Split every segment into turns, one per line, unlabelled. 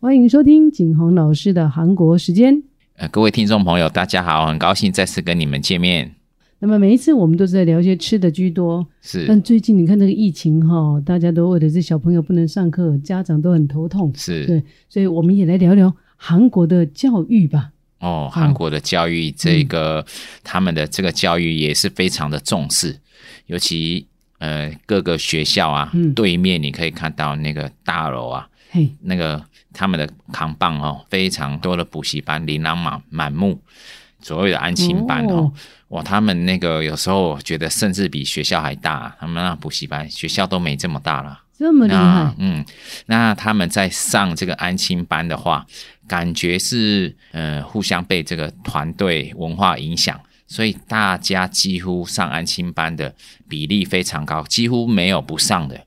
欢迎收听景洪老师的韩国时间。
呃，各位听众朋友，大家好，很高兴再次跟你们见面。
那么每一次我们都是在聊一些吃的居多，但
是
最近你看这个疫情哈、大家都为了这小朋友不能上课，家长都很头痛，
是
对，所以我们也来聊聊韩国的教育吧。
哦，韩国的教育这个、他们的这个教育也是非常的重视，尤其呃各个学校啊，
嗯
对面你可以看到那个大楼啊，
嘿，
那个他们的扛棒哦，非常多的补习班琳琅满满目，所谓的安亲班哦，
哦
哇，他们那个有时候我觉得甚至比学校还大、啊他们那补习班学校都没这么大了。
这么厉
那
害，
嗯，那他们在上这个安亲班的话，感觉是呃互相被这个团队文化影响，所以大家几乎上安亲班的比例非常高，几乎没有不上的。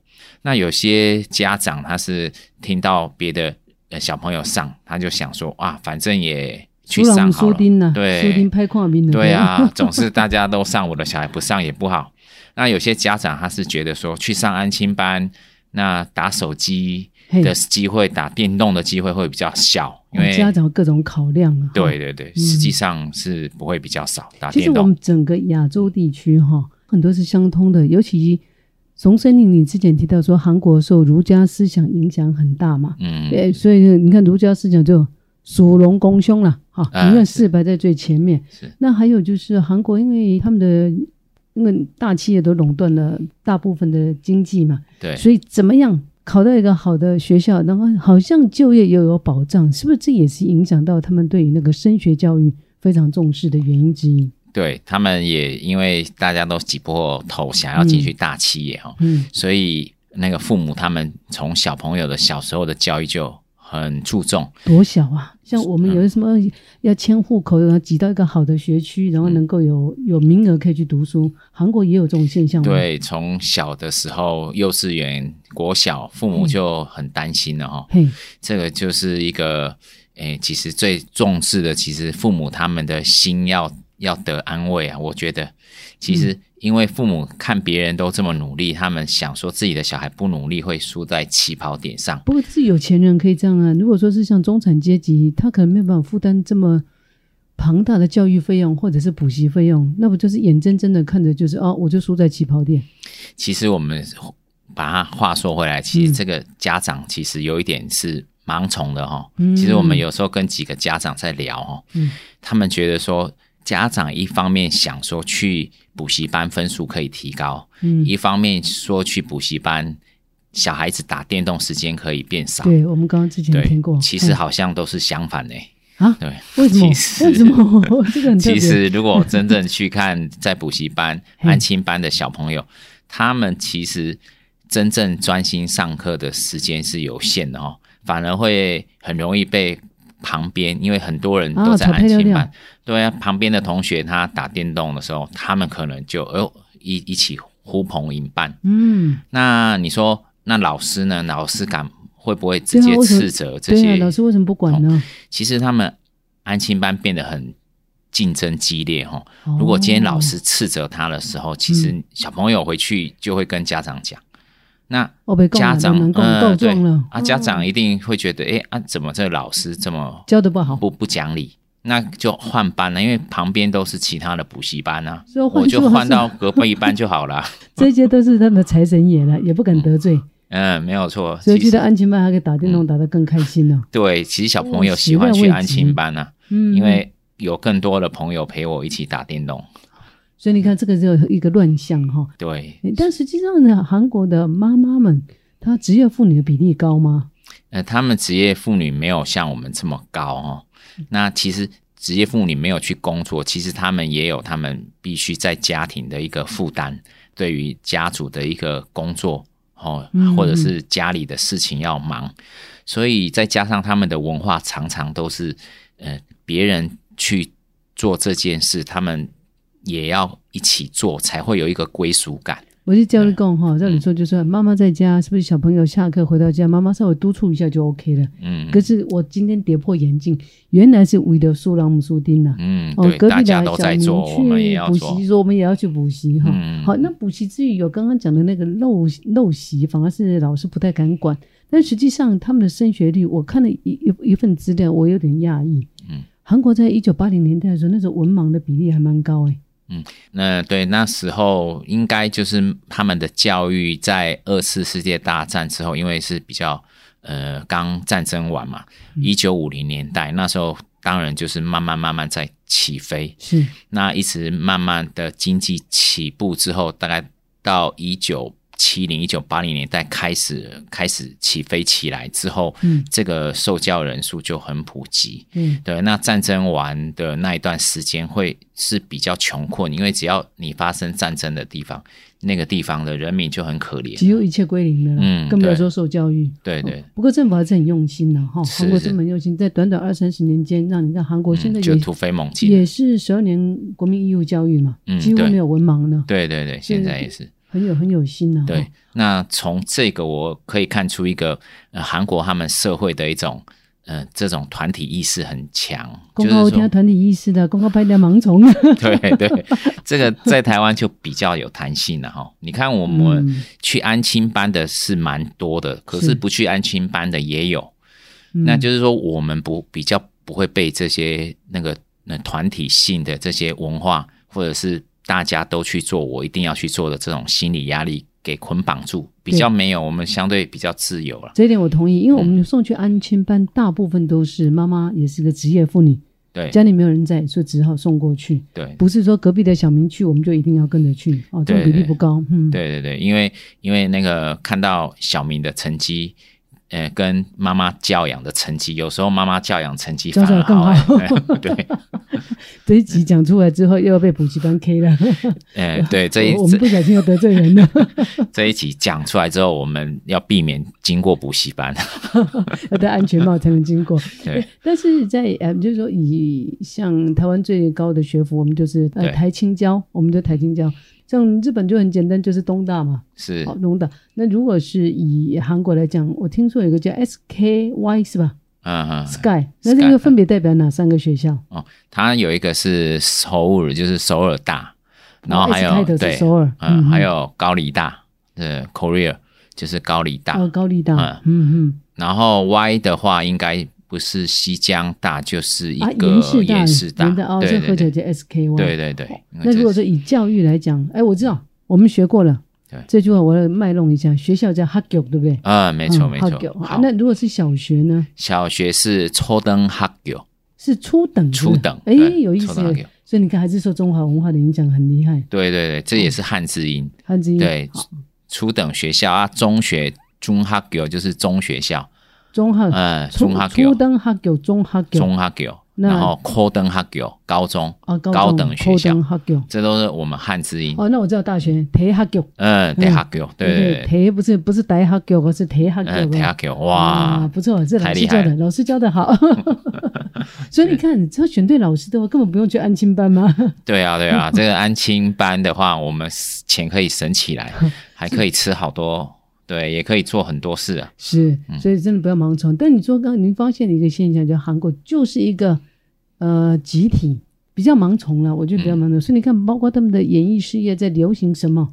那有些家长他是听到别的呃小朋友上，他就想说啊，反正也去
除了我
上
们
好
苏
了，
丁呐、
对，
苏丁拍跨名的，
对啊，总是大家都上，我的小孩不上也不好。那有些家长他是觉得说，去上安亲班，那打手机
嘿，哦
的机会、打电动的机会会比较小，因为
家长有各种考量啊，哈
对对对，
嗯
实际上是不会比较少打
其实
电
我
动
们。整个亚洲地区哈、很多是相通的，尤其从森林，你之前提到说韩国受儒家思想影响很大嘛，
嗯，
对，所以你看儒家思想就属龙拱凶了哈，
啊
你看四排在最前面。
是
那还有就是韩国，因为他们的因为大企业都垄断了大部分的经济嘛，
对，
所以怎么样考到一个好的学校，然后好像就业又有保障，是不是这也是影响到他们对于那个升学教育非常重视的原因之一？
对他们也因为大家都挤破头想要进去大企业哦，
嗯。
所以那个父母他们从小朋友的小时候的教育就很注重。
多小啊！像我们有什么要迁户口，然后挤到一个好的学区，
嗯
然后能够有有名额可以去读书。韩国也有这种现象吗？，
对，从小的时候，幼稚园、国小，父母就很担心了哈、哦。
嘿，
这个就是一个，诶，其实最重视的，其实父母他们的心要要得安慰啊。我觉得，其实因为父母看别人都这么努力，他们想说自己的小孩不努力会输在起跑点上。
不过是有钱人可以这样啊。如果说是像中产阶级，他可能没有办法负担这么庞大的教育费用或者是补习费用，那不就是眼睁睁的看着就是哦，我就输在起跑点。
其实我们把它话说回来，其实
嗯
这个家长其实有一点是盲从的哈、哦。
嗯
其实我们有时候跟几个家长在聊哦，
嗯
他们觉得说家长一方面想说去补习班分数可以提高，
嗯，
一方面说去补习班小孩子打电动时间可以变少。
对，我们刚刚之前
对
听过，
其实
嘿
好像都是相反的、
啊，
对，
为什么？
其实
为什么？ 这个很特别。
其实，如果真正去 看在补习班、
嘿
安亲班的小朋友，他们其实真正专心上课的时间是有限的哦，反而会很容易被旁边，因为很多人都
啊
在
吵
安
配料
亲
料
班，对啊，旁边的同学他打电动的时候，他们可能就哦一一起呼朋引伴。
嗯，
那你说，那老师呢？老师敢会不会
对
直
啊
接
为什么
斥责这
对啊，
些
老师为什么不管呢？
其实他们安亲班变得很竞争激烈哦哈、
哦
如果今天老师斥责他的时候，其
嗯
实小朋友回去就会跟家长讲。那
哦，被
家长，
能够
嗯，
告
对
状了嗯
啊，家长一定会觉得，哎、啊，怎么这老师这么
教的不好，
不不讲理？那就换班了，因为旁边都是其他的补习班啊，
所以换
我就
最好
换
是
到隔壁班就好了。
这些都是他们的财神爷了，也不敢得罪，
嗯，没有错。
所以
其
去
实嗯
到安亲班还可以打电动打得更开心了。
对，其实小朋友
哦
喜欢
始料
去
未
安
及
亲班啊，
嗯，
因为有更多的朋友陪我一起打电动。
所以你看这个就有一个乱象哈，
对，
诶但实际上呢，韩国的妈妈们她职业妇女的比例高吗？
呃，他们职业妇女没有像我们这么高
嗯
哦。那其实职业妇女没有去工作，其实他们也有他们必须在家庭的一个负
嗯
担，对于家族的一个工作哦
嗯，
或者是家里的事情要忙，所以再加上他们的文化常常都是呃别人去做这件事，他们也要一起做，才会有一个归属感。
我是教育共哈，照理说就说妈妈在家，是不是小朋友下课回到家，妈妈稍微督促一下就 OK 了。
嗯
可是我今天跌破眼镜，原来是为了苏朗姆苏丁呐、
嗯，
哦，
对，
隔
大
壁
家
的
都
小
在
明
做，我们也
去
要
补
做
习，，说我们也要去补习哈。
嗯
好，那补习之余有刚刚讲的那个陋陋习，反而是老师不太敢管。但实际上他们的升学率，我看了一一一份资料，我有点讶异。
嗯，
韩国在一九八零年代的时候，那时候文盲的比例还蛮高哎。
那对那时候应该就是他们的教育在二次世界大战之后，因为是比较呃刚战争完嘛，一九五零年代那时候当然就是慢慢慢慢在起飞，
是，
那一直慢慢的经济起步之后，大概到一九七零一九八零年代开始开始起飞起来之后，
嗯
这个受教人数就很普及，
对，
对，那战争完的那一段时间会是比较穷困，因为只要你发生战争的地方，那个地方的人民就很可怜
只。有一切归零的了啦，
嗯
更不要
对
说受教育。
对对
哦，不过政府还是很用心的哈，
是
韩国
是
政府很用心，在短短二三十年间，让你看韩国现在也、
嗯、就突飞猛进。
也是十二年国民义务教育嘛，
嗯
几乎
对
没有文盲的，
对对对，现在也是。
很有很有心的、啊。
对，那从这个我可以看出一个、呃、韩国他们社会的一种，呃，这种团体意识很强，就
公告
是
听
说，
团体意识的，公告拍点盲从。 嗯
对对，这个在台湾就比较有弹性了哈。你看我们
嗯
去安亲班的是蛮多的，可
是
是不去安亲班的也有。
嗯
那就是说我们不比较不会被这些那个那团体性的这些文化，或者是大家都去做，我一定要去做的这种心理压力给捆绑住，比较没有，我们相对比较自由了。
这一点我同意，因为我们送去安亲班，大部分都是妈妈也是个职业妇女，
对
家里没有人在，所以只好送过去。
对
不是说隔壁的小明去，我们就一定要跟着去哦，这种比
对
例不高。嗯，
对对对，因为因为那个看到小明的成绩。呃，跟妈妈教养的成绩，有时候妈妈教养成绩
教
反
得
而
更
好、欸。对，对
这一集讲出来之后，又要被补习班 K 了。
呃，对，这一
我我们
这
不小心要得罪人了，
这一集讲出来之后，我们要避免经过补习班。
要戴安全帽才能经过。
对，
但是在呃，就是说以像台湾最高的学府，我们就是呃
对
台青交，我们就台青交。像日本就很简单，就是东大嘛，
是
好东大。那如果是以韩国来讲，我听说有个叫 SKY 是吧
嗯嗯，
？Sky，那这个分别代表哪三个学校？
哦，它有一个是首尔，就是首尔大，然后还有、
S 开头是
对，
首尔，
嗯，还
嗯
有高丽大，呃，Korea 就是高丽大，
哦高丽大
嗯，
嗯
然后 Y 的话应该不是西江大，就是一
嗯，啊
个
延世大，
延世大，
延大哦，这
对
合
对
起来
对，
叫 SKY，
对对对。因为
哦那
这
如果
是
说以教育来讲，哎，我知道我们学过了
对，
这句话我来卖弄一下，学校叫 h a g y o 对不对？
嗯，没错
嗯
没错
Hagyo，，好
好，
那如果是小学呢？
小学是初等학교，
是初等是吧，
初等
哎，
对
有意
初
思
等。Hagyo
所以你看，还是受中华文化的影响很厉害。
对对对，这也是汉字音，
汉字音
对
嗯好，
初等学校啊，中学中학교就是中学校，
中汉
嗯，
初
中학교
初等哈九中哈九
中学校，
那
然后高等学校，高中
啊
哦高等学校嗯
中，哈九
这都是我们汉字音。
哦，那我知道大学台哈九，
嗯，
嗯
台学校，对对对，
台不是不是台哈九，而是台哈
嗯，
九
台。学校，哇，
不错，这老
太
师
厉
教
害
的，老师教的好。 所以你看，你只要选对老师的话，根本不用去安亲班嘛。
对啊对啊，这个安亲班的话，我们钱可以省起 来，还可以吃好多，对，也可以做很多事啊。
是，所以真的不要盲从。但你说刚，您发现了一个现象，就韩国就是一个呃集体比较盲从了，我觉得比较
嗯
盲从。所以你看，包括他们的演艺事业在流行什么，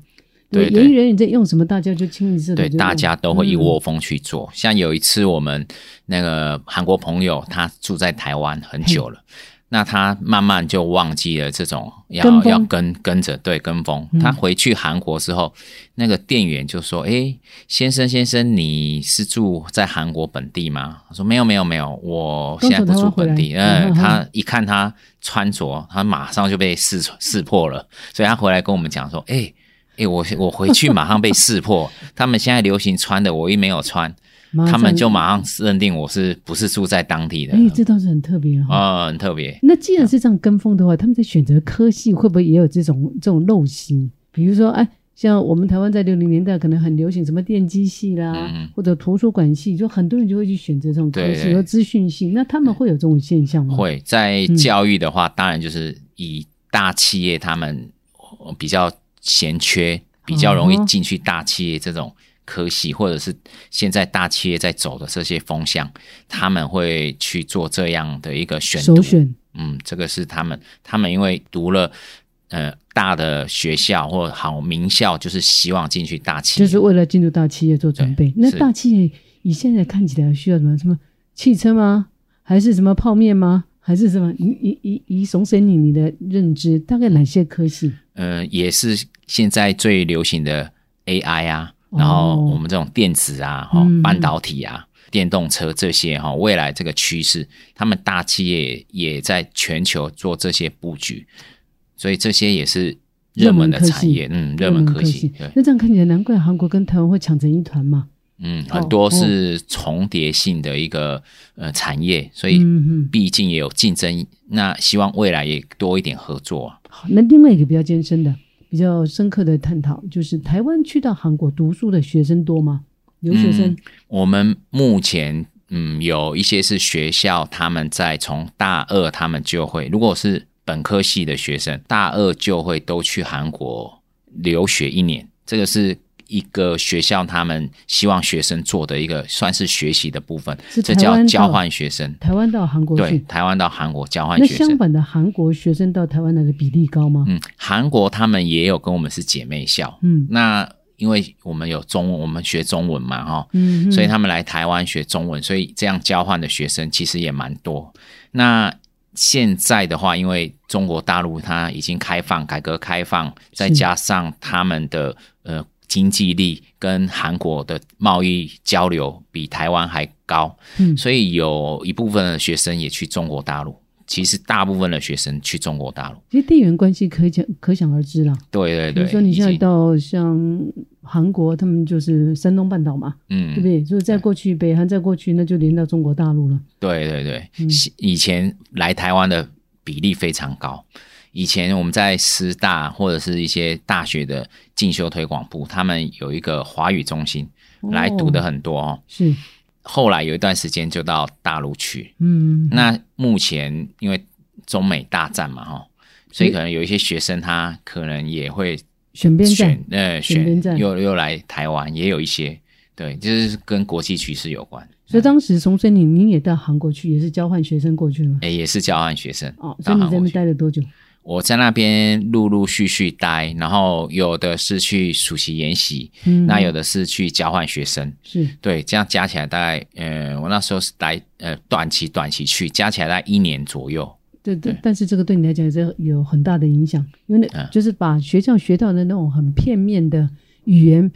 对对
演艺人员在用什么，大家就清一色的嗯
对，
就用，
大家都会一窝蜂去做。像有一次，我们那个韩国朋友，他住在台湾很久了，那他慢慢就忘记了这种要
跟风嗯
要跟跟着对跟风。他回去韩国之后，那个店员就说：“诶，先生先生，你是住在韩国本地吗？”他说：“没有没有没有，我现在不住本地。”
刚从台湾回来
嗯，
嗯
他一看他穿着，他马上就被识识破了，所以他回来跟我们讲说：“诶。诶，我我回去马上被识破，他们现在流行穿的，我一没有啊穿，
马上
他们就啊马上认定我是不是住在当地的
哎，，这倒是很特别哈、
啊、很特别。
那既然是这样跟风的话，他们在选择科系会不会也有这种这种陋习？比如说，哎，像我们台湾在六零年代可能很流行什么电机系啦，
嗯
或者图书馆系，就很多人就会去选择这种科
对
系
对
和资讯系。那他们会有这种现象吗？，
会在教育的呃话，当然就是以大企业他们比较闲缺比较容易
哦
进去大企业这种科系，或者是现在大企业在走的这些风向，他们会去做这样的一个选
首
读。
选
嗯，这个是他们，他们因为读了呃大的学校或好名校，就是希望进去大企
就
业。
是为了进入大企业做准备。那
是
大企业以现在看起来需要什么？什么汽车吗？还是什么泡面吗？还是什么？以以以以怂生你你的认知，大概哪些科系？
呃，也是现在最流行的 AI 啊，
哦
然后我们这种电子啊、哈、
嗯
半导体啊、电动车这些哈、未来这个趋势，他们大企业也在全球做这些布局，所以这些也是热门的
热门科
产业，嗯，热门科技，对，
那这样看起来，难怪韩国跟台湾会抢成一团嘛。
嗯，
哦
很多是重叠性的一个呃产业，所以
嗯嗯。
毕竟也有竞争，那希望未来也多一点合作啊。
好，那另外一个比较艰深的、比较深刻的探讨，就是台湾去到韩国读书的学生多吗？留学生
嗯、我们目前嗯有一些是学校他们在从大二他们就会，如果是本科系的学生，大二就会都去韩国留学一年，这个是。一个学校他们希望学生做的一个算是学习的部分，
是
这
台湾
叫
到
交换学生。
台湾到韩国
对，
去，
台湾到韩国交换
那
学生
相。反的，韩国学生到台湾来的比例高吗？
嗯，韩国他们也有跟我们是姐妹校，
嗯
那因为我们有中文，我们学中文嘛，哈、
嗯，
所以他们来台湾学中文，所以这样交换的学生其实也蛮多。那现在的话，因为中国大陆它已经开放、改革开放，再加上他们的呃经济力跟韩国的贸易交流比台湾还高，
嗯
所以有一部分的学生也去中国大陆。其实大部分的学生去中国大陆，
其实地缘关系可以讲可想而知啦。
对对
比
对，
如说你
已
现在
经
到像韩国，他们就是山东半岛嘛，对不
嗯，
对？就是再过去北韩，再过去那就连到中国大陆了。
对对对，
嗯
以前来台湾的比例非常高。以前我们在师大或者是一些大学的进修推广部，他们有一个华语中心，来读的
哦
很多哦。
是，
后来有一段时间就到大陆去。
嗯，
那目前因为中美大战嘛，哈，所以可能有一些学生他可能也会
选边站
选呃
选边站
选又又来台湾，也有一些对，就是跟国际局势有关。
所以当时从森林，您也到韩国去，也是交换学生过去吗？
诶，也是交换学生
哦，所
嗯到
以你在那
韩国
边
去。
待了多久？
我在那边陆陆续续待，然后有的是去暑期研习，
嗯，
那有的是去交换学生。
是
对，这样加起来大概，呃，我那时候是待呃短期短期去，加起来大概一年左右。
对对
对，
但是这个对你来讲也是有很大的影响，因为那
嗯
就是把学校学到的那种很片面的语言，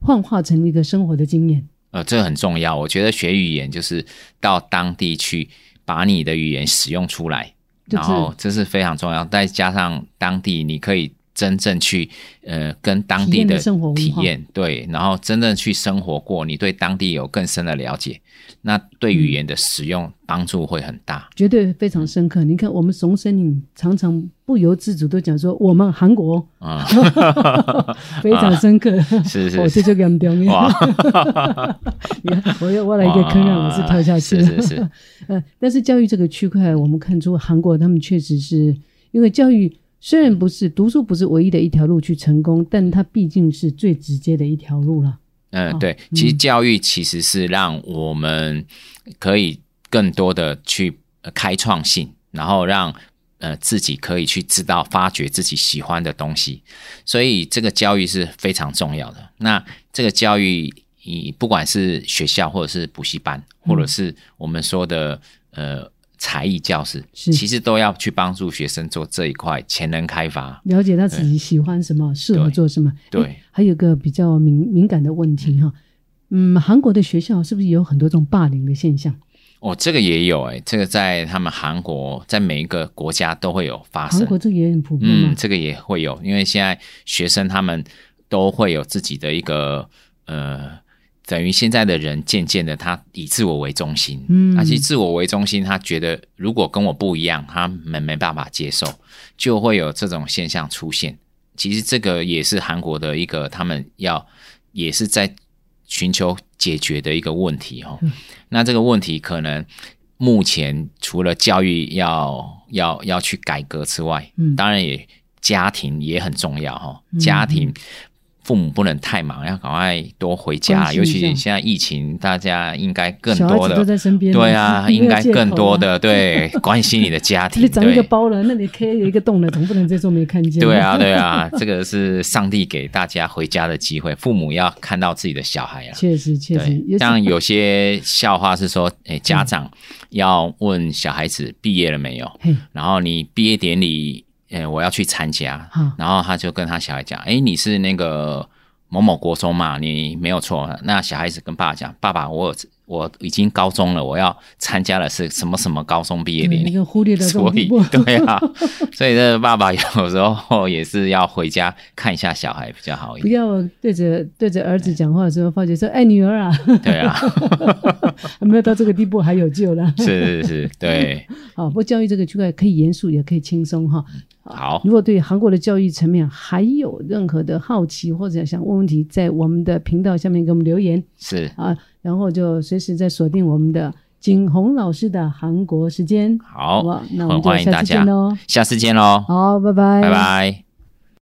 幻化成一个生活的经验。
呃，这很重要。我觉得学语言就是到当地去把你的语言使用出来，
就
然
是
后这是非常重要。再加上当地，你可以真正去呃跟当
体
地
验
的
的生活文
体
化
验，对，然后真正去生活过，你对当地有更深的了解，那对
嗯
语言的使用帮助会很大。
绝对非常深
嗯
刻。你看，我们怂森林常常不由自主都讲说，我们韩国
嗯，
非常深刻。
是 是
我这就严重
哇
了。，你看 我又挖了一个坑，让我是跳下去了。
哇是是是，
呃，但是教育这个区块，我们看出韩国他们确实是因为教育虽然不是读书不是唯一的一条路去成功，但它毕竟是最直接的一条路了。
嗯
哦，
对，其实教育其实是让我们可以更多的去呃开创性，然后让呃自己可以去知道发掘自己喜欢的东西，所以这个教育是非常重要的。那这个教育，以不管是学校或者是补习班，或
嗯
者是我们说的呃才艺教室，
是
其实都要去帮助学生做这一块潜能开发。
了解他自己喜欢什么，适合做什么。
对
诶还有个比较敏敏感的问题哈，嗯，韩国的学校是不是有很多这种霸凌的现象？
哦，这个也有哎、这个在他们韩国，在每一个国家都会有发
韩
生。
国这个也很普遍
嗯，
嘛。
这个也会有，因为现在学生他们都会有自己的一个呃，等于现在的人渐渐的他以自我为中心，
嗯
啊那其实自我为中心，他觉得如果跟我不一样，他们没办法接受，就会有这种现象出现。其实这个也是韩国的一个他们要也是在寻求解决的一个问题哦。
嗯
那这个问题可能目前除了教育要要要去改革之外，
嗯
当然也家庭也很重要哈、哦
嗯。
家庭父母不能太忙，要赶快多回家，
关心
尤
一
其
下
现在疫情，大家应该更
小
多
孩子都
的。
在身边了，
对啊，
没有
应该
借口啊
更多。的对关心你的家
这
庭，
里长一个
对
包了，那里开了一个洞了，总不能这时候没看见。
对啊，对啊，这个是上帝给大家回家的机会，父母要看到自己的小孩啊。
确实确实，
对，
也是
像有些笑话是说，诶，家长要问小孩子毕业了没有，
嘿，
然后你毕业典礼，诶，我要去参加，
好，
然后他就跟他小孩讲，诶，你是那个某某国中嘛，你没有错。那小孩子跟爸爸讲，爸爸，我有我已经高中了，我要参加的是什么什么高中毕业典
对
礼
一。个忽略到这种
所
地
以
步，
对啊，所以这爸爸有时候也是要回家看一下小孩比较好一
不
点。
要对着对着儿子讲话的时候，发觉说：“哎，女儿啊，
对啊，
没有到这个地步还有救了。
是是是，对，”
好，不过教育这个区块可以严肃，也可以轻松哈。
好，
如果对韩国的教育层面还有任何的好奇或者想问问题，在我们的频道下面给我们留言
是
啊，然后就随时再锁定我们的景洪老师的韩国时间。
好
哇，那我
很
们就
欢迎
下
大
次
家
见喽。，
下次见喽，
好，拜拜，
拜拜。